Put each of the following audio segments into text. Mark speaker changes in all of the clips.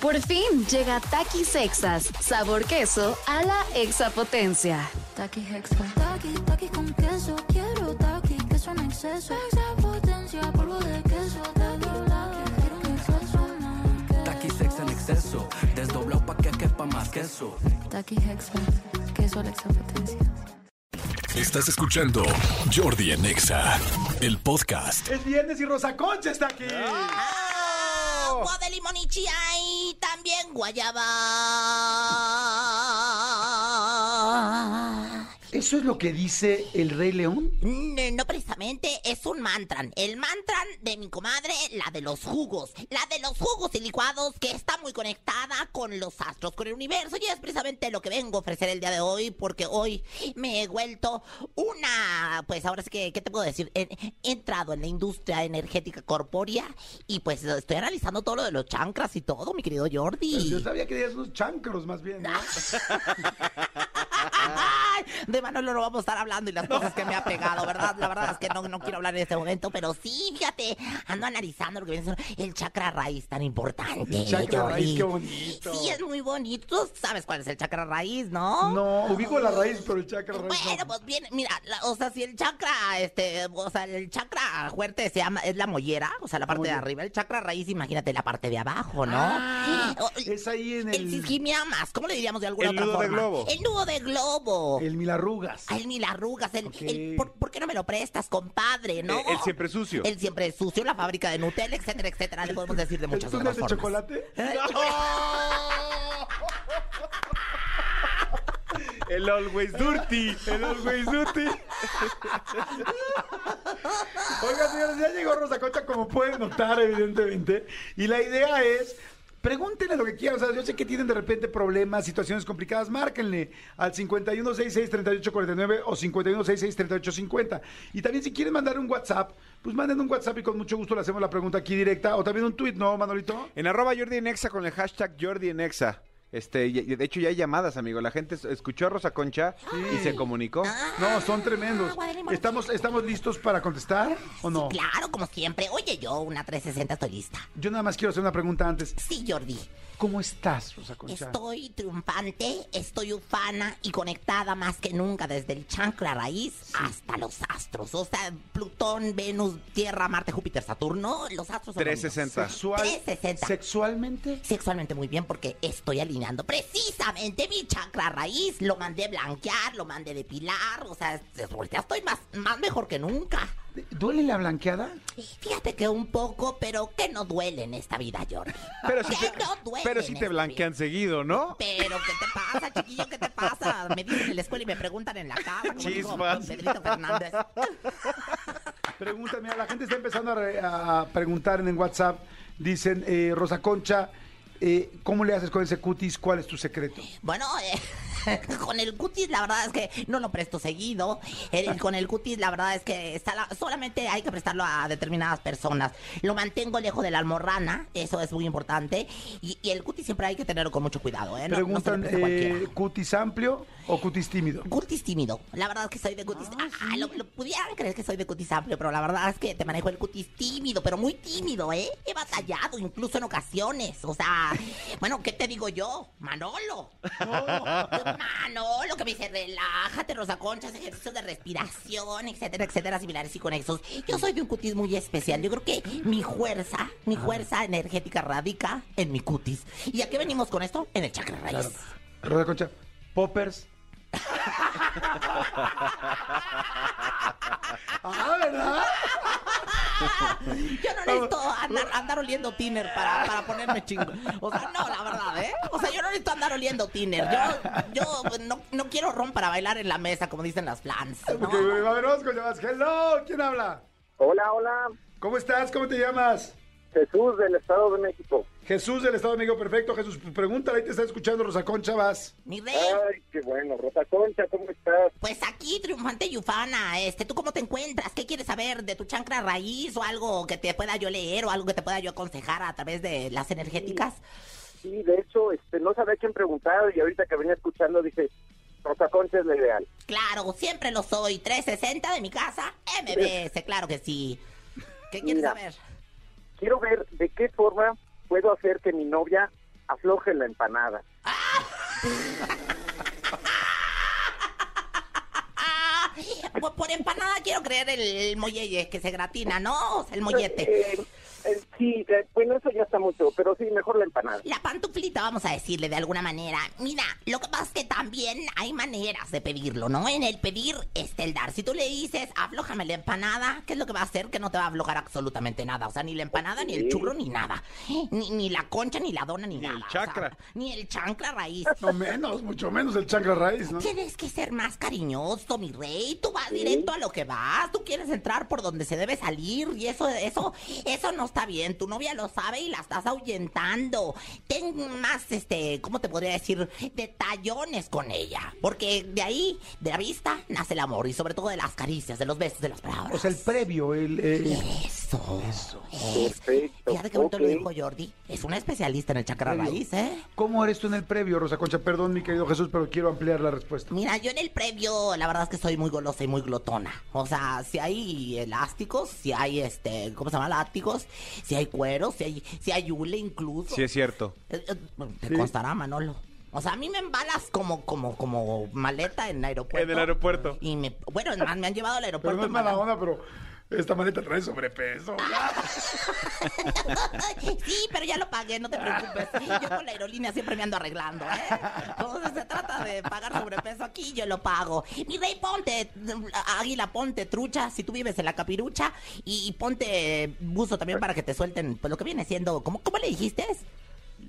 Speaker 1: Por fin llega Taqui Sexas, sabor queso a la exapotencia.
Speaker 2: Taqui Hexa. Taqui, taqui con queso. Quiero taqui, queso en exceso. Extra potencia, polvo de queso. Taqui, taqui, quiero un exceso más.
Speaker 3: Taqui sex en exceso, desdoblado pa' que quepa más queso.
Speaker 2: Taqui Hexa. Queso a la extra potencia.
Speaker 4: Estás escuchando Jordi en EXA, el podcast.
Speaker 5: Es viernes y Rosa Concha está aquí.
Speaker 6: Agua de limón y chía y ¡Ah! también guayaba.
Speaker 5: ¿Eso es lo que dice el Rey León?
Speaker 6: Mm, No precisamente es un mantran. El mantran de mi comadre, la de los jugos. La de los jugos y licuados que está muy conectada con los astros, con el universo. Y es precisamente lo que vengo a ofrecer el día de hoy porque hoy me he vuelto una... Pues ahora sí que, ¿qué te puedo decir? He, he entrado en la industria energética corpórea y pues estoy analizando todo lo de los chancras y todo, mi querido Jordi.
Speaker 5: Yo sabía que eran unos chancros más bien. ¿no?
Speaker 6: Ay, De Manolo no vamos a estar hablando y las cosas que me ha pegado, ¿verdad? La verdad es que no, no quiero hablar en este momento, pero sí, fíjate, ando analizando lo que viene siendo el chakra raíz tan importante.
Speaker 5: El chakra
Speaker 6: Jordi.
Speaker 5: raíz, qué bonito.
Speaker 6: Sí, es muy bonito. Tú sabes cuál es el chakra raíz, ¿no?
Speaker 5: No, ubico la raíz, pero el chakra raíz.
Speaker 6: Bueno, pues bien, mira, la- o sea, si el chakra, este, o sea, el chakra fuerte se llama, es la mollera, o sea, la parte de arriba, el chakra raíz, imagínate la parte de abajo, ¿no? O-
Speaker 5: Ah, Es ahí en
Speaker 6: el
Speaker 5: el.
Speaker 6: sisquimiamas, ¿cómo le diríamos de alguna
Speaker 7: El
Speaker 6: otra
Speaker 7: nudo de
Speaker 6: forma?
Speaker 7: globo.
Speaker 6: El nudo de globo.
Speaker 5: El milarrugas.
Speaker 6: Ay, mil arrugas. El,
Speaker 5: Ok.
Speaker 6: el- ¿por, por qué no me lo prestas, compadre? ¿No?
Speaker 7: Eh, el siempre sucio.
Speaker 6: El siempre sucio, la fábrica de Nutella, etcétera, etcétera. Le podemos decir de
Speaker 5: ¿El
Speaker 6: muchas
Speaker 5: túnel
Speaker 6: otras
Speaker 5: de
Speaker 6: formas.
Speaker 5: chocolate?
Speaker 7: El always dirty. El always dirty.
Speaker 5: Oigan, señores, ya llegó Rosa Concha, como pueden notar, evidentemente. Y la idea es. Pregúntenle lo que quieran, o sea, yo sé que tienen de repente problemas, situaciones complicadas, márquenle al 5166-3849 o 5166-3850. Y también si quieren mandar un WhatsApp, pues manden un WhatsApp y con mucho gusto le hacemos la pregunta aquí directa, o también un tweet, ¿no, Manolito?
Speaker 7: En arroba Jordi en Exa con el hashtag Jordi en Exa. Este, y- y de hecho ya hay llamadas, amigo. La gente es- escuchó a Rosa Concha y se comunicó.
Speaker 5: No, son tremendos.
Speaker 6: Guadalimón.
Speaker 5: ¿Estamos, ¿Estamos listos para contestar o no?
Speaker 6: Claro, como siempre. Oye, yo, una 360 estoy lista.
Speaker 5: Yo nada más quiero hacer una pregunta antes.
Speaker 6: Sí, Jordi.
Speaker 5: ¿Cómo estás, Rosa Concha?
Speaker 6: Estoy triunfante, estoy ufana y conectada más que nunca desde el chancla raíz hasta los astros. O sea, Plutón, Venus, Tierra, Marte, Júpiter, Saturno, los astros son los míos.
Speaker 7: 360.
Speaker 5: Sexual,
Speaker 6: 360.
Speaker 5: ¿Sexualmente?
Speaker 6: sexualmente muy bien porque estoy alineando precisamente mi chakra raíz. Lo mandé blanquear, lo mandé depilar, o sea, es- es- ahorita estoy más, más mejor que nunca.
Speaker 5: ¿Duele la blanqueada?
Speaker 6: Y Fíjate que un poco, pero que no duele en esta vida, Jordi.
Speaker 7: Pero si
Speaker 6: que
Speaker 7: te,
Speaker 6: no duele.
Speaker 7: pero
Speaker 6: en
Speaker 7: si te
Speaker 6: esta
Speaker 7: blanquean
Speaker 6: vida.
Speaker 7: seguido, ¿no?
Speaker 6: Pero, ¿qué te pasa, chiquillo? ¿Qué te pasa? Me dicen en la escuela y me preguntan en la casa. Como dijo
Speaker 7: Chispas.
Speaker 6: Pedrito Fernández.
Speaker 5: Pregúntame, la gente está empezando a, re- a preguntar en WhatsApp. Dicen, eh, Rosa Concha, eh, ¿cómo le haces con ese cutis? ¿Cuál es tu secreto?
Speaker 6: Bueno, eh, con el cutis la verdad es que no lo presto seguido. El- con el cutis la verdad es que está la- solamente hay que prestarlo a determinadas personas. Lo mantengo lejos de la almorrana, eso es muy importante. Y, y el cutis siempre hay que tenerlo con mucho cuidado, ¿eh? No- no se
Speaker 5: Preguntan,
Speaker 6: le presta a
Speaker 5: eh,
Speaker 6: cualquiera.
Speaker 5: ¿cutis amplio o cutis tímido?
Speaker 6: Cutis tímido. La verdad es que soy de cutis. Ah, lo, lo pudieran creer que soy de cutis amplio, pero la verdad es que te manejo el cutis tímido, pero muy tímido, ¿eh? He batallado incluso en ocasiones. O sea, bueno, ¿qué te digo yo? Manolo. Manolo, que me dice, relájate, Rosa Conchas, ejercicios de respiración, etcétera, etcétera, similares y conexos. Yo soy de un cutis muy especial. Yo creo que mi fuerza, mi fuerza energética radica en mi cutis. ¿Y a qué venimos con esto? En el chakra raíz.
Speaker 5: Rosa Concha, ¿poppers? ah, ¿verdad?
Speaker 6: Yo no necesito andar, andar oliendo tiner para, para ponerme chingo. O sea, no, la verdad, ¿eh? O sea, yo no necesito andar oliendo tiner. Yo, yo no, no quiero ron para bailar en la mesa, como dicen las flans. ¿no?
Speaker 5: Porque me va a ver Osco, ya vas. Hello, ¿quién habla?
Speaker 8: Hola, hola.
Speaker 5: ¿Cómo estás? ¿Cómo te llamas?
Speaker 8: Jesús del Estado de México.
Speaker 5: Jesús del Estado de México, perfecto. Jesús, pues, pregúntale, ahí te está escuchando Rosa Concha, vas.
Speaker 6: Mi rey,
Speaker 8: Ay, qué bueno. Rosa Concha, ¿cómo estás?
Speaker 6: pues aquí, triunfante Yufana, este, ¿tú cómo te encuentras? ¿Qué quieres saber de tu chancra raíz o algo que te pueda yo leer o algo que te pueda yo aconsejar a través de las energéticas?
Speaker 8: Sí, de hecho, este, no sabía quién preguntar y ahorita que venía escuchando dije, Rosa Concha es la ideal.
Speaker 6: Claro, siempre lo soy. 360 de mi casa, MBS, claro que sí. ¿Qué quieres
Speaker 8: Mira.
Speaker 6: saber?
Speaker 8: Quiero ver de qué forma puedo hacer que mi novia afloje la empanada.
Speaker 6: Ah, pues por empanada quiero creer el molleye que se gratina, ¿no? O sea, el mollete.
Speaker 8: Eh, eh, sí, eh, bueno, eso ya está mucho, pero sí, mejor la empanada.
Speaker 6: La pantuflita, vamos a decirle de alguna manera. Mira, lo que pasa es que también hay maneras de pedirlo, ¿no? En el pedir está el dar. Si tú le dices, aflójame la empanada, ¿qué es lo que va a hacer? Que no te va a aflojar absolutamente nada. O sea, ni la empanada, ni el churro, ni nada. Ni, ni la concha, ni la dona, ni,
Speaker 7: Ni el
Speaker 6: nada. o sea,
Speaker 7: chakra.
Speaker 6: ni el chancla raíz.
Speaker 5: No menos, mucho menos el chancla raíz, ¿no?
Speaker 6: Tienes que ser más cariñoso, mi rey. Tú vas directo a lo que vas. Tú quieres entrar por donde se debe salir. Y eso, eso, eso no está bien. Tu novia lo sabe y la estás ahuyentando. Ten más, este, ¿cómo te podría decir? Detallones con ella. Porque de ahí, de la vista, nace el amor. Y sobre todo de las caricias, de los besos, de las palabras.
Speaker 5: O sea, Pues el previo, el... eh,
Speaker 6: eso. Eso.
Speaker 8: Perfecto,
Speaker 6: Fíjate que bonito
Speaker 8: ok.
Speaker 6: lo dijo Jordi. Es una especialista en el chakra
Speaker 5: Previo.
Speaker 6: raíz, ¿eh?
Speaker 5: ¿Cómo eres tú en el previo, Rosa Concha? Perdón, mi querido Jesús, pero quiero ampliar la respuesta.
Speaker 6: Mira, yo en el previo, la verdad es que soy muy golosa y muy glotona. O sea, si hay elásticos, si hay este, ¿cómo se llama? Elásticos, si hay cuero, si hay, si hay hule incluso.
Speaker 7: Sí, es cierto.
Speaker 6: Eh, eh, Te costará, Manolo. O sea, a mí me embalas como, como, como maleta en el aeropuerto.
Speaker 7: En el aeropuerto.
Speaker 6: Y me, bueno, es más, me han llevado al
Speaker 5: Pero
Speaker 6: aeropuerto.
Speaker 5: no es mala
Speaker 6: embalada.
Speaker 5: onda, pero esta maleta trae sobrepeso.
Speaker 6: sí, pero ya lo pagué, no te preocupes. Yo con la aerolínea siempre me ando arreglando, ¿eh? Entonces se trata de pagar sobrepeso aquí, yo lo pago. Mi rey, ponte, águila, ponte trucha, si tú vives en la capirucha, y, y ponte buzo también para que te suelten, pues lo que viene siendo, ¿cómo, cómo le dijiste?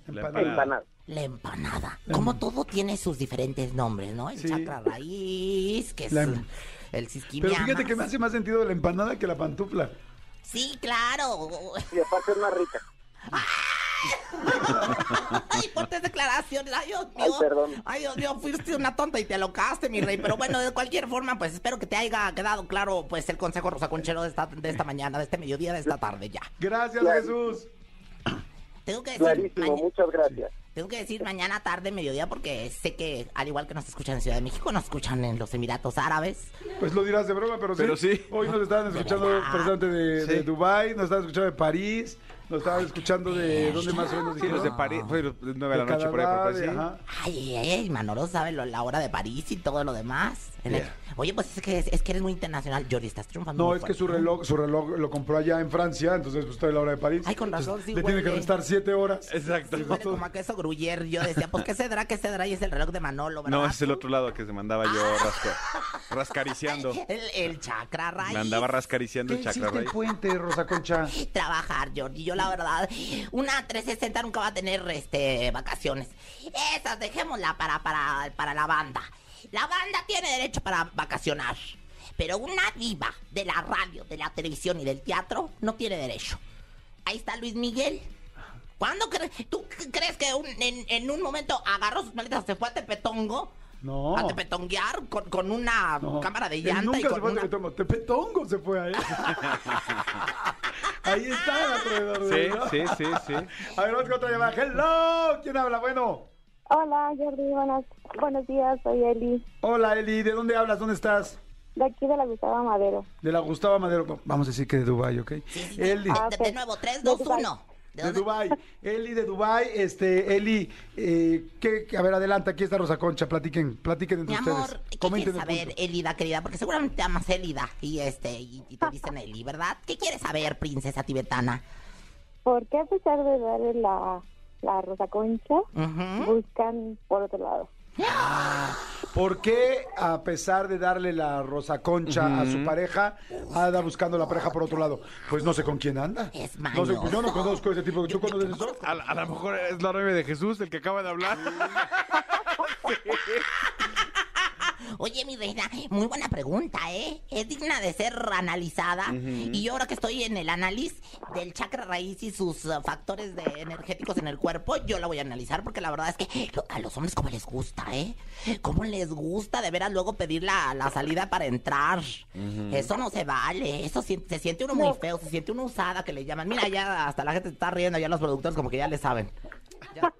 Speaker 7: La
Speaker 5: Empanada.
Speaker 8: Empanada.
Speaker 6: La empanada. Como todo tiene sus diferentes nombres, ¿no? El
Speaker 5: Mm. Sí.
Speaker 6: chakra raíz, que es
Speaker 5: La- em
Speaker 6: el- el sisquimiamas.
Speaker 5: Pero fíjate que me hace más sentido la empanada que la pantufla.
Speaker 6: Sí, claro.
Speaker 8: Y aparte es más rica.
Speaker 6: Ay, fuertes declaraciones. Ay, Dios mío.
Speaker 8: Ay, perdón.
Speaker 6: Ay, Dios mío, fuiste una tonta y te alocaste, mi rey. Pero bueno, de cualquier forma, pues espero que te haya quedado claro pues el consejo rosaconchero de esta, de esta mañana, de este mediodía, de esta tarde ya.
Speaker 5: Gracias,
Speaker 8: Claro.
Speaker 5: Jesús.
Speaker 6: Tengo que decir,
Speaker 8: Clarísimo,
Speaker 6: maña-
Speaker 8: muchas gracias.
Speaker 6: tengo que decir mañana, tarde, mediodía, porque sé que al igual que nos escuchan en Ciudad de México, nos escuchan en los Emiratos Árabes.
Speaker 5: Pues lo dirás de broma, pero sí.
Speaker 7: Pero sí.
Speaker 5: Hoy nos estaban escuchando
Speaker 6: verdad.
Speaker 5: bastante de,
Speaker 7: Sí.
Speaker 5: de Dubái, nos estaban escuchando de París, nos estaban escuchando de... ¿Dónde más o menos
Speaker 7: Sí, los de
Speaker 5: dijeron?
Speaker 7: París. Fue 9 de la
Speaker 5: De
Speaker 7: noche por ahí,
Speaker 5: Canadá,
Speaker 7: por
Speaker 5: de-
Speaker 7: ahí.
Speaker 5: ajá.
Speaker 6: Ay, ay, ay, Manolo sabe lo- la hora de París y todo lo demás. En el-
Speaker 7: Yeah.
Speaker 6: Oye, pues es que, es que eres muy internacional, Jordi, estás triunfando.
Speaker 5: No,
Speaker 6: muy
Speaker 5: es que
Speaker 6: fuerte.
Speaker 5: su reloj, su reloj lo compró allá en Francia, entonces pues trae la hora de París.
Speaker 6: Ay, con razón,
Speaker 5: Entonces,
Speaker 6: sí
Speaker 5: Le tiene que
Speaker 6: huele.
Speaker 5: restar siete horas.
Speaker 7: Exacto.
Speaker 6: Sí, huele como a queso gruyer. Yo decía, pues qué cedrá, qué cedrá. Y es el reloj de Manolo, ¿verdad?
Speaker 7: No, es el otro lado que se mandaba yo rasca- rascariciando.
Speaker 6: El, el chakra raíz.
Speaker 7: Me andaba rascariciando
Speaker 5: ¿Qué
Speaker 7: el chakra
Speaker 5: hiciste el
Speaker 7: raíz.
Speaker 5: puente, Rosa Concha?
Speaker 6: Trabajar, Jordi. Yo, la verdad, una 360 nunca va a tener este, vacaciones. Esas, dejémosla para, para, para la banda. La banda tiene derecho para vacacionar. Pero una diva de la radio, de la televisión y del teatro no tiene derecho. Ahí está Luis Miguel. ¿Cuándo crees? ¿Tú crees que un- en, en un momento agarró sus maletas, se fue a Tepetongo?
Speaker 5: No.
Speaker 6: A Tepetonguear con, con una
Speaker 5: No.
Speaker 6: cámara de
Speaker 5: Él
Speaker 6: llanta
Speaker 5: nunca
Speaker 6: y
Speaker 5: se
Speaker 6: con
Speaker 5: fue a
Speaker 6: una...
Speaker 5: Tepetongo. Tepetongo se fue a él. Ahí está el alrededor de
Speaker 7: Sí,
Speaker 5: él, ¿no?
Speaker 7: sí, sí, sí.
Speaker 5: A ver, vamos con otra llamada. ¡Hello! ¿Quién habla? Bueno.
Speaker 9: Hola, Jordi, buenas, buenos días, soy Eli,
Speaker 5: Hola, Eli. ¿De dónde hablas? ¿Dónde estás?
Speaker 9: de aquí de la Gustavo Madero.
Speaker 5: De la Gustavo Madero. Vamos a decir que de Dubái, ¿ok? Eli.
Speaker 9: Ah,
Speaker 6: De,
Speaker 9: ok.
Speaker 6: de nuevo, 3, 2, 1.
Speaker 5: De Dubái. Eli de Dubái. Este, Eli, eh, ¿qué- qué- a ver, adelante. Aquí está Rosa Concha. Platiquen, platiquen entre
Speaker 6: Mi
Speaker 5: ustedes.
Speaker 6: amor, ¿qué
Speaker 5: Comenten
Speaker 6: quieres
Speaker 5: el
Speaker 6: saber, Eh.
Speaker 5: punto.
Speaker 6: Elida, querida? Porque seguramente te amas Elida y, este, y, y te dicen Eli, ¿verdad? ¿Qué quieres saber, princesa tibetana?
Speaker 9: ¿Por qué a pesar de darle la, la rosa concha,
Speaker 6: Ujú.
Speaker 9: buscan por otro lado?
Speaker 5: ¿Por qué, a pesar de darle la Rosa Concha a su pareja, anda buscando la pareja por otro lado? Pues no sé con quién anda.
Speaker 6: Es
Speaker 5: no sé, pues yo no
Speaker 6: mañoso.
Speaker 5: conozco ese tipo. ¿Tú conoces eso?
Speaker 7: A, a lo mejor es la novia de Jesús, el que acaba de hablar.
Speaker 6: Oye, mi reina, muy buena pregunta, ¿eh? Es digna de ser analizada. Y yo ahora que estoy en el análisis del chakra raíz y sus eh, factores de energéticos en el cuerpo, yo la voy a analizar porque la verdad es que lo- a los hombres como les gusta, ¿eh? Cómo les gusta de veras luego pedir la, la salida para entrar. Eso no se vale. Eso si- se siente uno muy feo, se siente uno usada que le llaman. Mira, ya hasta la gente está riendo, ya los productores como que ya le saben. Ya,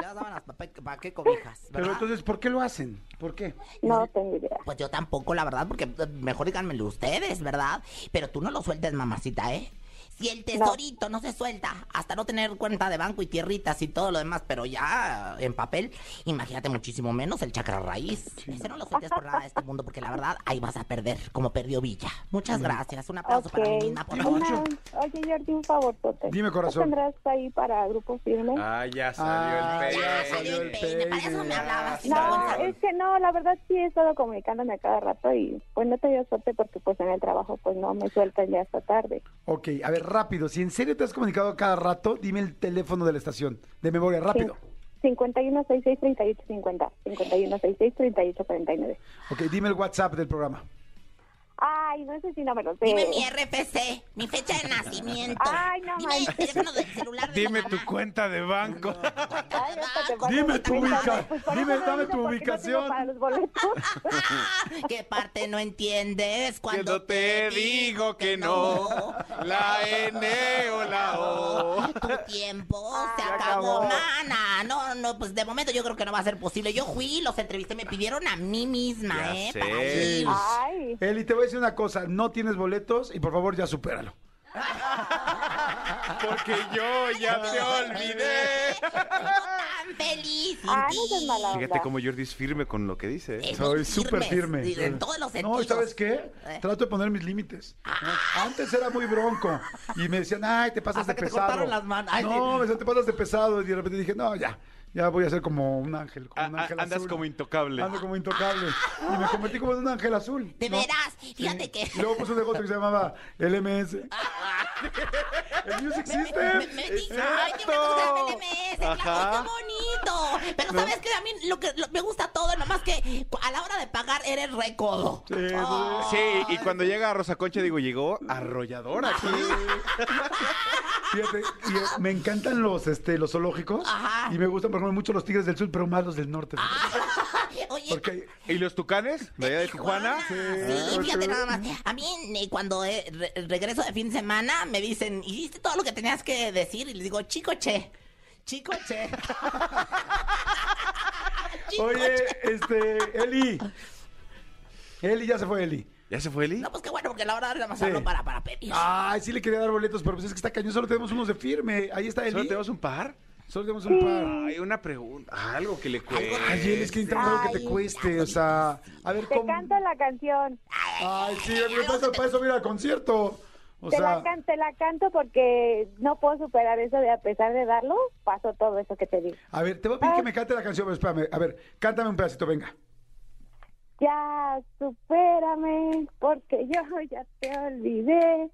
Speaker 6: ya saben hasta para qué cobijas.
Speaker 5: Pero
Speaker 6: ¿verdad?
Speaker 5: entonces, ¿por qué lo hacen? ¿Por qué?
Speaker 9: No tengo idea.
Speaker 6: Pues yo tampoco, la verdad, porque eh, mejor díganmelo ustedes, ¿verdad? Pero tú no lo sueltes, mamacita, ¿eh? Si el tesorito no. se suelta hasta no tener cuenta de banco y tierritas y todo lo demás, pero ya en papel, imagínate muchísimo menos el chakra raíz. Ese no lo sueltes por nada de este mundo, porque la verdad ahí vas a perder, como perdió Villa. Muchas gracias. Un aplauso para mí
Speaker 9: Mm. Ok.
Speaker 6: misma, por
Speaker 9: Una-
Speaker 6: favor.
Speaker 9: oye, Jordi, un favor, Tote.
Speaker 5: Dime, corazón.
Speaker 9: ¿No tendrás ahí para Grupo Firme?
Speaker 7: Ah, ya
Speaker 5: Ah,
Speaker 7: salió el
Speaker 5: ya
Speaker 6: Ya
Speaker 7: peine.
Speaker 6: salió el peine,
Speaker 5: peine.
Speaker 6: para eso me hablabas. sin
Speaker 9: No,
Speaker 6: vergüenza.
Speaker 9: es que no, la verdad sí he estado comunicándome a cada rato y pues no te dio suerte porque pues en el trabajo pues no me sueltan ya hasta tarde.
Speaker 5: Ok, a ver, rápido. Si en serio te has comunicado cada rato, dime el teléfono de la estación. De memoria, rápido.
Speaker 9: 5166-3850, 5166-3849.
Speaker 5: Ok, dime el WhatsApp del programa.
Speaker 9: Ay, no sé si no me lo sé.
Speaker 6: Dime mi RFC, mi fecha de nacimiento.
Speaker 9: Ay, no
Speaker 6: Dime el
Speaker 9: manches.
Speaker 6: teléfono del celular de
Speaker 10: Dime
Speaker 6: la
Speaker 10: tu
Speaker 6: mamá.
Speaker 10: cuenta de banco.
Speaker 9: Ay, hasta te
Speaker 5: Dime
Speaker 9: pasas
Speaker 5: tu
Speaker 9: de
Speaker 5: ubica-
Speaker 9: cuenta, pues, por
Speaker 5: dime,
Speaker 9: eso no
Speaker 5: dame tu
Speaker 9: vine, porque no tengo
Speaker 5: ubicación.
Speaker 9: para los boletos.
Speaker 6: Ah, ¿Qué parte no entiendes
Speaker 10: Que
Speaker 6: cuando
Speaker 10: no te digo que no. La N o la O.
Speaker 6: Tu tiempo
Speaker 9: Ah,
Speaker 6: se
Speaker 5: ya acabó.
Speaker 6: acabó, mana. No, no, pues de momento yo creo que no va a ser posible. Yo fui, los entrevisté, me pidieron a mí misma,
Speaker 7: Ya
Speaker 6: ¿eh?
Speaker 7: sé.
Speaker 6: Para ir.
Speaker 9: Ay,
Speaker 5: Eli, te voy a decir una cosa. No tienes boletos y por favor ya supéralo.
Speaker 10: Porque yo ya te
Speaker 6: Ah.
Speaker 10: olvidé.
Speaker 6: Estoy tan feliz sin
Speaker 9: ay, Ah, no
Speaker 6: ti.
Speaker 9: seas mala
Speaker 7: Fíjate
Speaker 9: onda.
Speaker 7: cómo Jordi es firme con lo que dice. ¿eh?
Speaker 6: Es
Speaker 5: Soy
Speaker 6: muy
Speaker 5: súper firme.
Speaker 6: firmes, En todos los
Speaker 5: No,
Speaker 6: sentidos.
Speaker 5: ¿y ¿sabes qué?
Speaker 6: Eh. Ah.
Speaker 5: Trato de poner mis límites. Antes era muy bronco y me decían, ay, te pasas
Speaker 6: Hasta
Speaker 5: de
Speaker 6: que te
Speaker 5: pesado.
Speaker 6: cortaron las manos. Ay, sí.
Speaker 5: no, me decían, te pasas de pesado. Y de repente dije, no, ya, ya voy a ser como un ángel. Como
Speaker 10: Ah,
Speaker 5: un
Speaker 10: ah,
Speaker 5: ángel
Speaker 10: andas
Speaker 5: azul.
Speaker 10: como intocable.
Speaker 5: Ando como intocable. Y me convertí como en un ángel azul.
Speaker 6: Ah. De
Speaker 5: ¿no?
Speaker 6: veras, fíjate que. Ah.
Speaker 5: Y Luego puse un negocio que se llamaba LMS. El Music System.
Speaker 6: Me, me, me dice, ay, que me gusta el LMS, claro, qué bonito. Pero sabes que a mí lo que lo- me gusta todo, nomás que cu- a la hora de pagar eres recodo.
Speaker 5: Sí, sí.
Speaker 7: Sí, y cuando llega Rosa Concha, digo, llegó arrolladora aquí.
Speaker 5: Fíjate, y, eh, me encantan los, este, los zoológicos.
Speaker 6: Ajá.
Speaker 5: Y me gustan, por ejemplo, mucho los tigres del sur, pero más los del norte.
Speaker 6: Oye,
Speaker 5: Porque hay-
Speaker 7: ¿Y los tucanes? ¿De allá de Tijuana?
Speaker 6: Sí, fíjate nada más. A mí, eh, cuando eh, re- regreso de fin de semana, me dicen, ¿hiciste todo lo que tenías que decir? Y les digo, chico, che. Chico, che. Chico,
Speaker 5: Oye,
Speaker 6: che.
Speaker 5: este, Eli. Eli, ya se fue Eli.
Speaker 7: ¿Ya se fue Eli?
Speaker 6: No, pues qué bueno, porque a la hora nada más
Speaker 5: Sí. Ah.
Speaker 6: hablo para, para pedir.
Speaker 5: Ay, sí le quería dar boletos, pero pues es que está cañón, solo tenemos unos de firme. Ahí está pues, Eli.
Speaker 7: ¿Solo tenemos un par?
Speaker 5: Solo tenemos un par.
Speaker 7: Hay una pregunta, algo que le cueste.
Speaker 5: Ay, Eli, es que necesitamos algo que te
Speaker 9: Ay,
Speaker 5: cueste, o sea, a ver
Speaker 9: Te
Speaker 5: cómo...
Speaker 9: canto la canción.
Speaker 5: Ay, sí, a mí me pasa para eso mira al concierto. O
Speaker 9: te,
Speaker 5: sea,
Speaker 9: la can- te la canto porque no puedo superar eso de a pesar de darlo, pasó todo eso que te digo.
Speaker 5: a ver, te voy a pedir que
Speaker 9: Ah.
Speaker 5: me cante la canción, pero espérame, a ver, cántame un pedacito, venga.
Speaker 9: Ya supérame porque yo ya te olvidé.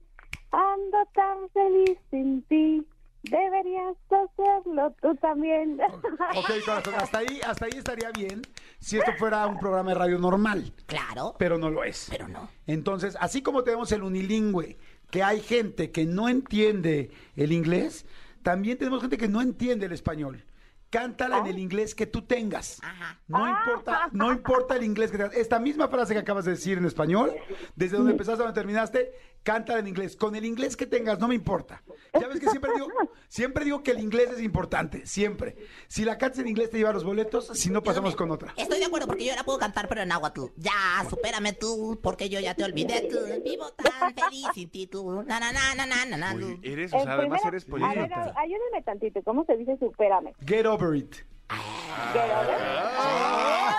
Speaker 9: Ando tan feliz sin ti. Deberías hacerlo tú también.
Speaker 5: Ok, corazón, hasta ahí, hasta ahí estaría bien si esto fuera un programa de radio normal,
Speaker 6: Claro,
Speaker 5: pero no lo es.
Speaker 6: pero no.
Speaker 5: Entonces, así como tenemos el unilingüe, que hay gente que no entiende el inglés, también tenemos gente que no entiende el español. Cántala en el inglés que tú tengas. No importa, no importa el inglés que tengas. Esta misma frase que acabas de decir en español, desde donde empezaste a donde terminaste, cántala en inglés. Con el inglés que tengas, no me importa. Ya ves que siempre digo, siempre digo que el inglés es importante, siempre. Si la cantas en inglés te lleva los boletos, si no pasamos con otra.
Speaker 6: Estoy de acuerdo porque yo la puedo cantar, pero en náhuatl. Ya, supérame tú, porque yo ya te olvidé tú. Vivo tan feliz sin ti tú. Na, na, na, na, na, na, na,
Speaker 7: Oye,
Speaker 6: tú.
Speaker 7: eres, o
Speaker 9: En
Speaker 7: sea, además
Speaker 9: primera-
Speaker 7: eres
Speaker 9: A ver,
Speaker 7: políglota.
Speaker 9: a- ayúdame tantito. ¿Cómo se dice supérame?
Speaker 5: Get over it.
Speaker 7: Ah.
Speaker 9: Get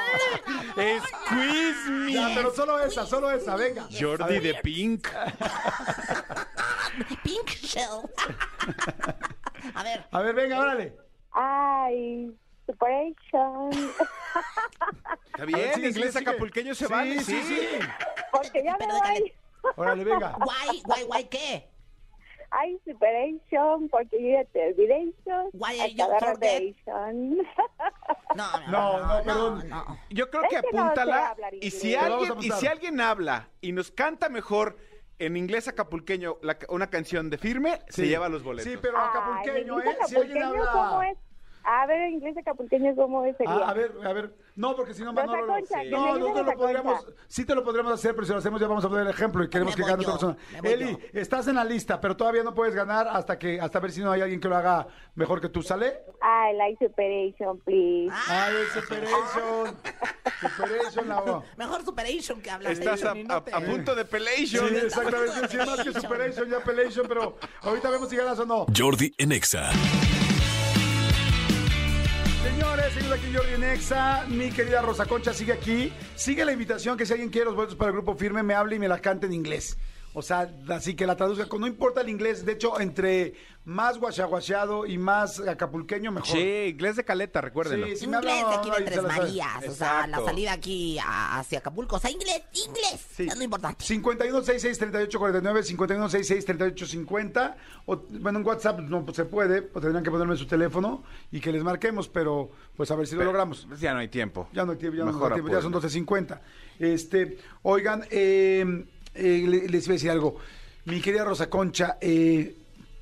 Speaker 9: over it.
Speaker 10: Squeeze me.
Speaker 5: Ya, pero solo esa, solo esa, venga.
Speaker 10: Jordi de Pink.
Speaker 6: Pink Shell. A ver,
Speaker 5: A ver, venga, órale.
Speaker 9: Ay, superation.
Speaker 7: Está
Speaker 5: A ver,
Speaker 7: bien,
Speaker 5: sigue,
Speaker 7: inglés
Speaker 5: sigue, sigue.
Speaker 7: acapulqueño se
Speaker 5: Sí,
Speaker 7: vale.
Speaker 5: sí, sí.
Speaker 9: Porque ya me
Speaker 6: Pero déjale.
Speaker 9: voy.
Speaker 5: Órale, venga.
Speaker 6: guay, guay, guay, ¿qué?
Speaker 9: Ay, superation, porque yo ya te olvidé.
Speaker 6: Why are
Speaker 9: Ay,
Speaker 6: you forget?
Speaker 9: adoration.
Speaker 6: No, no,
Speaker 5: No, no, perdón.
Speaker 6: no.
Speaker 7: Yo creo que
Speaker 9: Es que no sé
Speaker 7: apúntala.
Speaker 9: hablar
Speaker 7: Y si,
Speaker 9: inglés.
Speaker 5: Lo vamos a
Speaker 7: alguien, y
Speaker 5: apuntar.
Speaker 7: si alguien habla y nos canta mejor en inglés acapulqueño la ca- una canción de firme, se
Speaker 5: Sí.
Speaker 7: lleva los boletos.
Speaker 5: Sí, pero
Speaker 9: Ay,
Speaker 5: acapulqueño,
Speaker 9: ¿inglés
Speaker 5: ¿eh? Si alguien
Speaker 9: acapulqueño
Speaker 5: habla.
Speaker 9: ¿Cómo es? A ver, en inglés acapulqueño, ¿cómo es? sería?
Speaker 5: Ah, a ver, a ver. No, porque si no,
Speaker 9: Rosa
Speaker 5: Manolo.
Speaker 9: Concha, que me
Speaker 5: No,
Speaker 9: ayude
Speaker 5: nosotros
Speaker 9: Rosa
Speaker 5: lo podríamos.
Speaker 9: Concha.
Speaker 5: Sí, te lo podríamos hacer, pero si lo hacemos, ya vamos a poner el ejemplo y queremos
Speaker 6: Me
Speaker 5: que
Speaker 6: voy
Speaker 5: gane
Speaker 6: yo,
Speaker 5: otra persona.
Speaker 6: me voy
Speaker 5: Eli, estás en la lista, pero todavía no puedes ganar hasta que hasta ver si no hay alguien que lo haga mejor que tú. ¿Sale?
Speaker 9: I like superation, please.
Speaker 5: ¡Ay, Superation! Superation la O.
Speaker 6: Mejor Superation que hablar.
Speaker 7: este
Speaker 10: Estás a, a- a punto de
Speaker 5: Sí,
Speaker 10: pelation.
Speaker 5: exactamente. Sí, más que Superation, ya Pelation, pero ahorita vemos si ganas o no.
Speaker 4: Jordi en Exa.
Speaker 5: Señores, seguimos aquí en Jordi Nexa. Mi querida Rosa Concha sigue aquí. Sigue la invitación que si alguien quiere los boletos para el grupo firme, me hable y me la cante en inglés. O sea, así que la traduzca. con- No importa el inglés. De hecho, entre más guachaguacheado y más acapulqueño, mejor.
Speaker 7: Sí, inglés de caleta, recuérdenlo.
Speaker 5: Sí, sí. me
Speaker 6: inglés
Speaker 5: habla,
Speaker 6: de aquí de
Speaker 5: ahí se
Speaker 6: Tres
Speaker 5: la sabe.
Speaker 6: Marías. O sea, la
Speaker 7: Exacto.
Speaker 6: salida aquí a- hacia Acapulco. O sea, inglés, inglés.
Speaker 5: Sí.
Speaker 6: Es lo importante.
Speaker 5: 5166-3849, 5166-3850. O, bueno, en WhatsApp no pues, se puede, pues tendrían que ponerme su teléfono y que les marquemos, pero pues a ver si lo logramos.
Speaker 7: Pues Ya no hay tiempo.
Speaker 5: Ya no hay tiempo, ya, no nos
Speaker 7: Mejor
Speaker 5: da tiempo, ya son
Speaker 7: apúrenle.
Speaker 5: 12.50. Este, oigan, eh, eh, le- les iba a decir algo. Mi querida Rosa Concha, eh,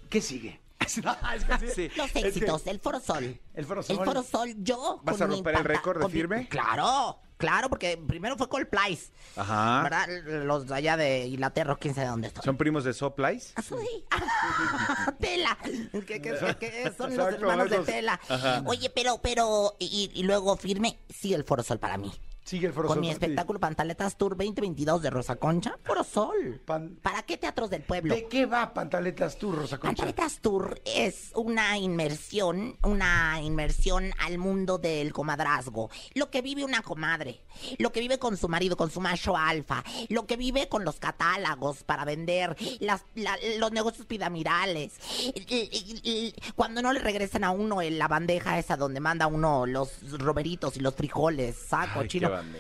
Speaker 5: ¿qué sigue? Es que sí. Este,
Speaker 6: Los
Speaker 5: que-
Speaker 6: éxitos, el Foro Sol.
Speaker 5: El Foro Sol.
Speaker 6: El Foro Sol, yo.
Speaker 7: ¿Vas
Speaker 6: con
Speaker 7: a
Speaker 6: mi
Speaker 7: romper el
Speaker 6: impacta-
Speaker 7: récord de
Speaker 6: con mi-
Speaker 7: firme?
Speaker 6: Claro, claro, porque primero fue Coldplay.
Speaker 7: Ajá.
Speaker 6: ¿Verdad? Los de allá de Inglaterra, quién sabe dónde estoy.
Speaker 7: ¿Son primos de Soplice?
Speaker 6: Ah, sí. Ah, tela. Que, que- que- que son los
Speaker 5: Exacto,
Speaker 6: hermanos
Speaker 5: esos.
Speaker 6: de tela. Oye, pero, pero, y, y luego firme, sigue el Foro Sol para mí.
Speaker 5: Sigue el Foro
Speaker 6: Con
Speaker 5: Sol
Speaker 6: mi
Speaker 5: para ti.
Speaker 6: espectáculo Pantaletas Tour 2022 de Rosa Concha, Foro Sol.
Speaker 5: Pan-
Speaker 6: ¿Para qué teatros del pueblo?
Speaker 5: ¿De qué va Pantaletas tú, Rosa Concha?
Speaker 6: Pantaletas Tour es una inmersión, una inmersión al mundo del comadrazgo. Lo que vive una comadre, lo que vive con su marido, con su macho alfa, lo que vive con los catálogos para vender, las- la- los negocios piramidales. Y- y- y- Cuando no le regresan a uno en la bandeja esa donde manda uno los roberitos y los frijoles, saco,
Speaker 7: Ay, qué
Speaker 6: chino
Speaker 7: bande.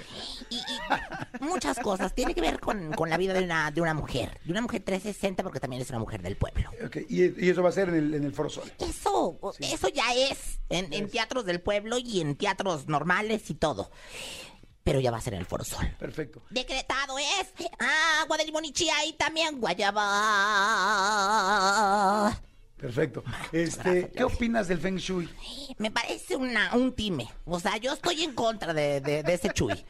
Speaker 6: y, y muchas cosas. Tiene que ver con, con la vida de una, de una mujer. De una mujer 360 porque también es una mujer del pueblo.
Speaker 5: Ok, y, y eso va a ser en el, en el Foro Sol.
Speaker 6: Eso, o- eso ya es en, en teatros del pueblo y en teatros normales y todo. Pero ya va a ser en el Foro Sol.
Speaker 5: Perfecto.
Speaker 6: Decretado es agua de limón y chía y también guayaba.
Speaker 5: Perfecto. Este, ¿Qué opinas del Feng Shui?
Speaker 6: Me parece una, un time. O sea, yo estoy en contra de, de- de ese Chuy.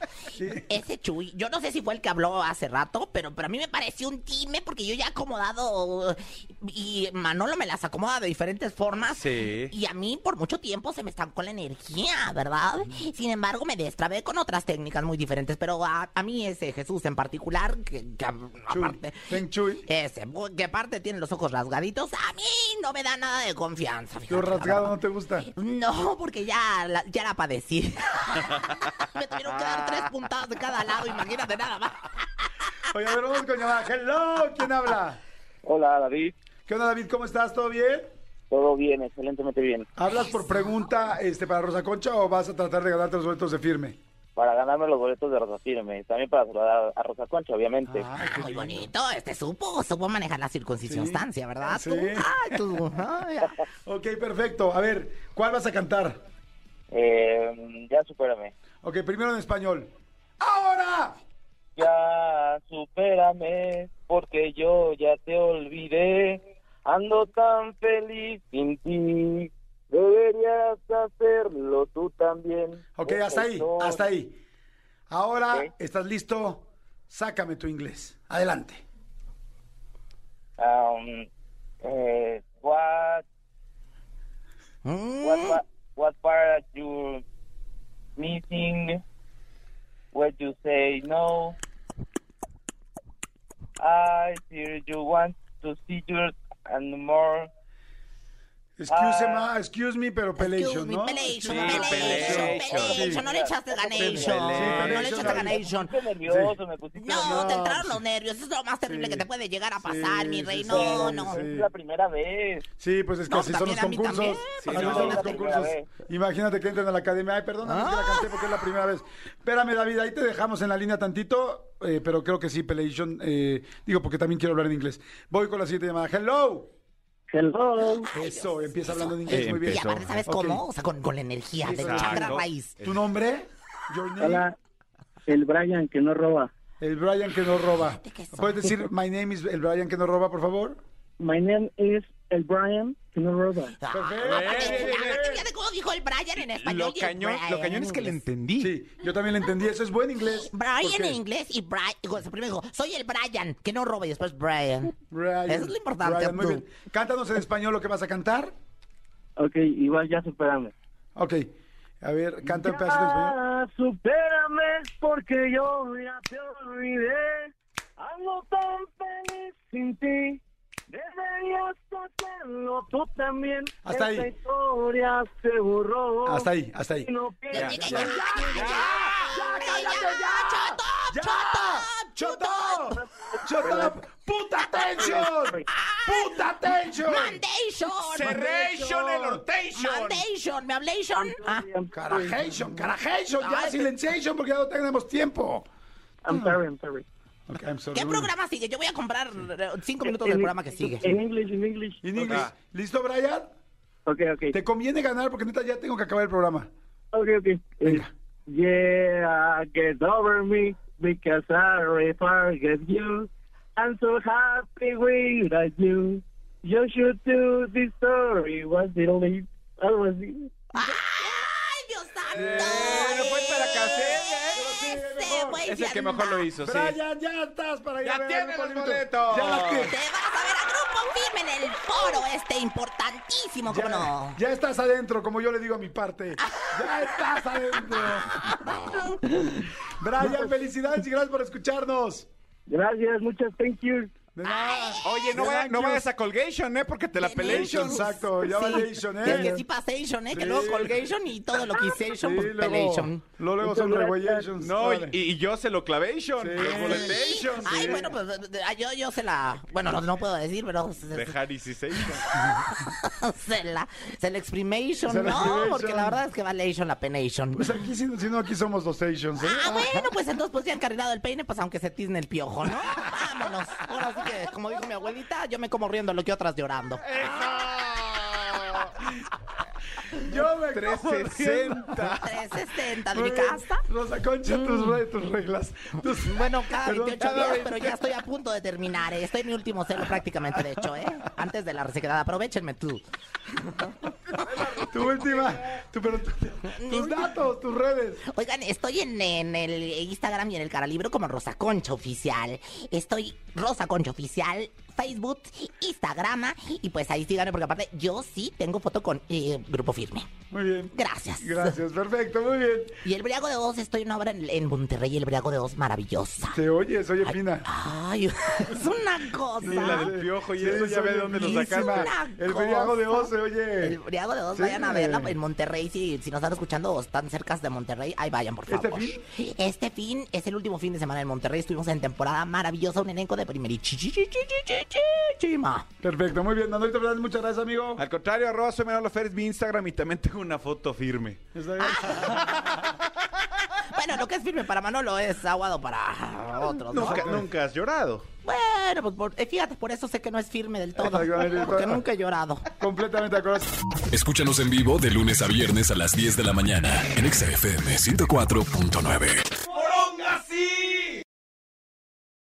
Speaker 6: Ese Chuy, yo no sé si fue el que habló hace rato, pero, pero a mí me pareció un time porque yo ya he acomodado y Manolo me las acomoda de diferentes formas.
Speaker 7: Sí.
Speaker 6: Y a mí por mucho tiempo se me estancó la energía, ¿verdad? Sin embargo, me destrabé con otras técnicas muy diferentes, pero a, a mí ese Jesús en particular, que, que a-
Speaker 5: Shui,
Speaker 6: aparte...
Speaker 5: Feng Shui.
Speaker 6: Ese, que aparte tiene los ojos rasgaditos, a mí no me da nada de confianza.
Speaker 5: ¿Lo
Speaker 6: fíjate, la
Speaker 5: rasgado
Speaker 6: verdad.
Speaker 5: no te gusta?
Speaker 6: No, porque ya la, ya la padecí. Me tuvieron que dar tres puntadas de cada lado, imagínate nada más.
Speaker 5: Oye, a ver, vamos con llamada. Hello, ¿quién habla?
Speaker 8: Hola, David.
Speaker 5: ¿Qué onda, David? ¿Cómo estás? ¿Todo bien?
Speaker 8: Todo bien, excelentemente bien.
Speaker 5: ¿Hablas por pregunta este, para Rosa Concha o vas a tratar de ganarte los boletos de firme?
Speaker 8: Para ganarme los boletos de Rosa Firme. También para saludar a Rosa Concha, obviamente.
Speaker 6: Muy bonito, este supo, supo manejar la circuncircunstancia, ¿verdad?
Speaker 5: Sí.
Speaker 6: Tú, ay, tú, ay, ya.
Speaker 5: Ah, Ok, perfecto. A ver, ¿cuál vas a cantar?
Speaker 8: Eh, ya supérame.
Speaker 5: Ok, primero en español. ¡Ahora!
Speaker 8: Ya supérame, porque yo ya te olvidé. Ando tan feliz sin ti. Deberías hacerlo tú también.
Speaker 5: Ok, hasta ahí,
Speaker 8: Eso
Speaker 5: hasta ahí. Ahora,
Speaker 8: Ok.
Speaker 5: ¿estás listo? Sácame tu inglés. Adelante.
Speaker 8: Um, eh, what,
Speaker 6: Mm,
Speaker 8: what, pa- what part you missing? What you say no? I hear you want to see you and more.
Speaker 5: Excuse,
Speaker 8: Ah.
Speaker 5: me, excuse me, pero
Speaker 6: excuse
Speaker 5: pelation,
Speaker 6: me,
Speaker 5: ¿no?
Speaker 6: Pelation,
Speaker 7: Sí,
Speaker 6: pelation,
Speaker 7: pelation.
Speaker 6: pelation, no le echaste ganation. No le
Speaker 5: pelation,
Speaker 6: echaste
Speaker 5: David.
Speaker 6: ganation.
Speaker 8: Qué nervioso me pusiste.
Speaker 6: No,
Speaker 8: nervioso.
Speaker 6: te entraron los nervios, eso es lo más terrible
Speaker 5: Sí.
Speaker 6: que te puede llegar a pasar, mi
Speaker 5: sí,
Speaker 6: rey.
Speaker 5: sí,
Speaker 6: No,
Speaker 5: sí,
Speaker 6: no.
Speaker 5: sí.
Speaker 8: Es la primera vez.
Speaker 5: Sí, pues es que
Speaker 6: No,
Speaker 5: así son los
Speaker 6: también a mí
Speaker 5: concursos.
Speaker 6: también.
Speaker 5: Así
Speaker 7: Sí, no.
Speaker 5: son los
Speaker 8: Es la primera
Speaker 5: concursos. Imagínate que entran a la academia. Ay, perdóname, es que la canté porque es la primera vez. Espérame, David, ahí te dejamos en la línea tantito, eh, pero creo que sí, Pelation. eh, digo, porque también quiero hablar en inglés. Voy con la siguiente llamada. Hello.
Speaker 8: Hello.
Speaker 5: Eso, empieza hablando en inglés.
Speaker 7: Eh,
Speaker 5: Muy bien.
Speaker 6: Y aparte, ¿sabes
Speaker 5: Ok.
Speaker 6: cómo? O sea, con, con la energía del
Speaker 5: Exacto.
Speaker 6: chakra raíz.
Speaker 5: ¿Tu nombre? Your name?
Speaker 8: El Brian que no roba.
Speaker 5: El Brian que no roba.
Speaker 6: que son-
Speaker 5: ¿Puedes decir, my name is el Brian que no roba, por favor?
Speaker 8: My name is El Brian que no roba.
Speaker 6: Ah,
Speaker 5: Perfecto.
Speaker 6: fíjate,
Speaker 5: Bien, bien, bien.
Speaker 6: fíjate cómo dijo el Brian en español.
Speaker 7: Lo
Speaker 6: y el
Speaker 7: cañón, lo
Speaker 6: Brian
Speaker 7: cañón es que le
Speaker 6: en inglés.
Speaker 7: entendí.
Speaker 5: Sí, yo también le entendí. Eso es buen inglés.
Speaker 6: Brian
Speaker 5: Porque-
Speaker 6: en inglés y Brian. Primero dijo, soy el Brian, que no roba y después Brian.
Speaker 5: Brian,
Speaker 6: Eso es lo importante,
Speaker 5: Brian, muy
Speaker 6: Abdul.
Speaker 5: bien. Cántanos en español lo que vas a cantar.
Speaker 8: Ok, igual ya superame.
Speaker 5: Ok. A ver, canta un pedacito en español.
Speaker 10: Ah.
Speaker 8: supérame porque yo ya te olvidé. Ando tan feliz sin ti. Deberías hacerlo tú también.
Speaker 5: Hasta ahí.
Speaker 8: Esta historia se borró.
Speaker 5: Hasta ahí, hasta ahí.
Speaker 8: Y no pienses-
Speaker 6: Ya, ya, ya, ya,
Speaker 5: ¡Ya!
Speaker 6: ¡Choto!
Speaker 5: ¡Choto! ¡Choto! ¡Puta tensión! ¡Puta tensión!
Speaker 6: ¡Mandation!
Speaker 10: Cerration, el hortation.
Speaker 6: ¡Mandation! ¿Me hablation? Ah,
Speaker 5: ¡Carajation! ¡Carajation! ¡Ya
Speaker 6: Ay,
Speaker 5: silenciation! Porque ya no tenemos tiempo.
Speaker 8: I'm sorry, I'm sorry.
Speaker 5: Ok, I'm sorry.
Speaker 6: ¿Qué programa sigue? Yo voy a comprar eh, cinco minutos del
Speaker 8: En-
Speaker 6: programa que sigue.
Speaker 8: En English, en English.
Speaker 5: In English. ¿Listo, Brian?
Speaker 8: Ok, ok.
Speaker 5: Te conviene ganar porque neta ya tengo que acabar el programa.
Speaker 8: Okay, okay.
Speaker 5: Venga.
Speaker 8: Yeah, get over me because I already forget you. I'm so happy without you. You should do this story. Was it only? I was it?
Speaker 6: ¡Ay, Dios santo!
Speaker 10: Bueno, pues para
Speaker 6: Ese,
Speaker 10: Casella,
Speaker 6: güey,
Speaker 10: Es el
Speaker 6: se
Speaker 10: que mejor lo
Speaker 6: anda.
Speaker 10: hizo, sí.
Speaker 5: Brian, ya estás para ir
Speaker 10: Ya
Speaker 5: a ver
Speaker 10: tiene
Speaker 5: Grupo
Speaker 10: los
Speaker 5: Limito.
Speaker 10: boletos.
Speaker 5: Ya las
Speaker 6: Te
Speaker 5: tienes.
Speaker 6: vas a ver a Grupo Firme en el foro este importantísimo, ¿cómo no?
Speaker 5: Ya, ya estás adentro, como yo le digo a mi parte. Ya estás adentro. Brian, felicidades y gracias por escucharnos.
Speaker 8: Gracias, muchas thank you.
Speaker 5: De nada.
Speaker 10: Oye, no,
Speaker 5: De
Speaker 10: vaya-
Speaker 5: nada,
Speaker 10: no
Speaker 5: Dios.
Speaker 10: vayas a Colgation, ¿eh? Porque te la
Speaker 5: Pelation,
Speaker 10: peleations.
Speaker 5: exacto, ya valation, ¿eh?
Speaker 6: Es que sí pasation, ¿eh? Que luego colgation y todo lo que hicieron,
Speaker 5: Sí,
Speaker 6: pues pelation.
Speaker 5: luego, luego son
Speaker 8: Muchas gracias.
Speaker 5: reguayations.
Speaker 10: No, y,
Speaker 5: Órale.
Speaker 10: y yo se lo clavation.
Speaker 5: Sí.
Speaker 10: Los boletations.
Speaker 6: Ay, bueno, pues eh, yo, yo se la... Bueno, no, no puedo decir, pero... Se,
Speaker 10: De
Speaker 6: se-
Speaker 10: Harry Sisation.
Speaker 6: se la... Se la exprimation,
Speaker 5: Se la
Speaker 6: ¿no?
Speaker 5: exprimation.
Speaker 6: Porque la verdad es que valation la penation.
Speaker 5: Pues aquí, si, si no, aquí somos los stations, ¿eh?
Speaker 6: Ah, bueno, pues entonces pues ya encarrilado el peine, pues aunque se tizne el piojo, ¿no? Vámonos. Ahora sí que, como dijo mi abuelita, yo me como riendo lo que otras llorando.
Speaker 5: Yo me
Speaker 10: 360.
Speaker 6: 360 de
Speaker 5: Muy
Speaker 6: mi
Speaker 5: bien.
Speaker 6: casa. Mm.
Speaker 5: Rosa Concha, tus, re- tus reglas. Tus-
Speaker 6: Bueno, cada
Speaker 5: Perdón,
Speaker 6: 28
Speaker 5: cada
Speaker 6: días,
Speaker 5: 20.
Speaker 6: pero ya estoy a punto de terminar. eh. Estoy en mi último cero prácticamente, de hecho, ¿eh? Antes de la resequedad. Aprovechenme tú.
Speaker 5: Tu última, tu- pero tu- tus datos, tus redes.
Speaker 6: Oigan, estoy en, en el Instagram y en el Caralibro como Rosa Concha Oficial. Estoy Rosa Concha Oficial, Facebook, Instagram, y pues ahí síganme, porque aparte yo sí tengo foto con eh, Grupo Firme.
Speaker 5: Muy bien.
Speaker 6: Gracias.
Speaker 5: Gracias, perfecto, muy bien.
Speaker 6: Y el Briago de Oz, estoy en una obra en, en Monterrey, el Briago de Oz, maravillosa.
Speaker 5: Te oyes, oye, Pina.
Speaker 6: Ay, es una cosa.
Speaker 10: Y la del piojo, y
Speaker 5: Sí,
Speaker 10: eso ya
Speaker 5: soy
Speaker 10: ve
Speaker 5: el
Speaker 10: dónde lo
Speaker 5: mismo.
Speaker 10: sacaste.
Speaker 6: una
Speaker 5: El briago de
Speaker 6: cosa.
Speaker 5: oso, oye.
Speaker 6: El Briago de Oz,
Speaker 5: Sí.
Speaker 6: vayan a verla en Monterrey. Si, si nos están escuchando o están cercas de Monterrey, ahí vayan, por
Speaker 5: ¿Este
Speaker 6: favor. Este fin es el último fin de semana en Monterrey. Estuvimos en temporada maravillosa, un elenco de primerichichichichichichichima.
Speaker 5: Perfecto, muy bien. Manuelito Fernández, muchas gracias, amigo.
Speaker 6: Ah.
Speaker 10: Al contrario, arroba soy Manolo Ferris, mi Instagram y también tengo una foto firme.
Speaker 5: Está bien.
Speaker 6: Bueno, lo que es firme para Manolo es aguado para otros, ¿no?
Speaker 10: Nunca, nunca has llorado.
Speaker 6: Bueno, pues por- eh, fíjate, por eso sé que no es firme del todo.
Speaker 5: Exactamente.
Speaker 6: Porque nunca he llorado.
Speaker 5: Completamente de acuerdo.
Speaker 4: Escúchanos en vivo de lunes a viernes a las 10 de la mañana en Exa FM 104.9.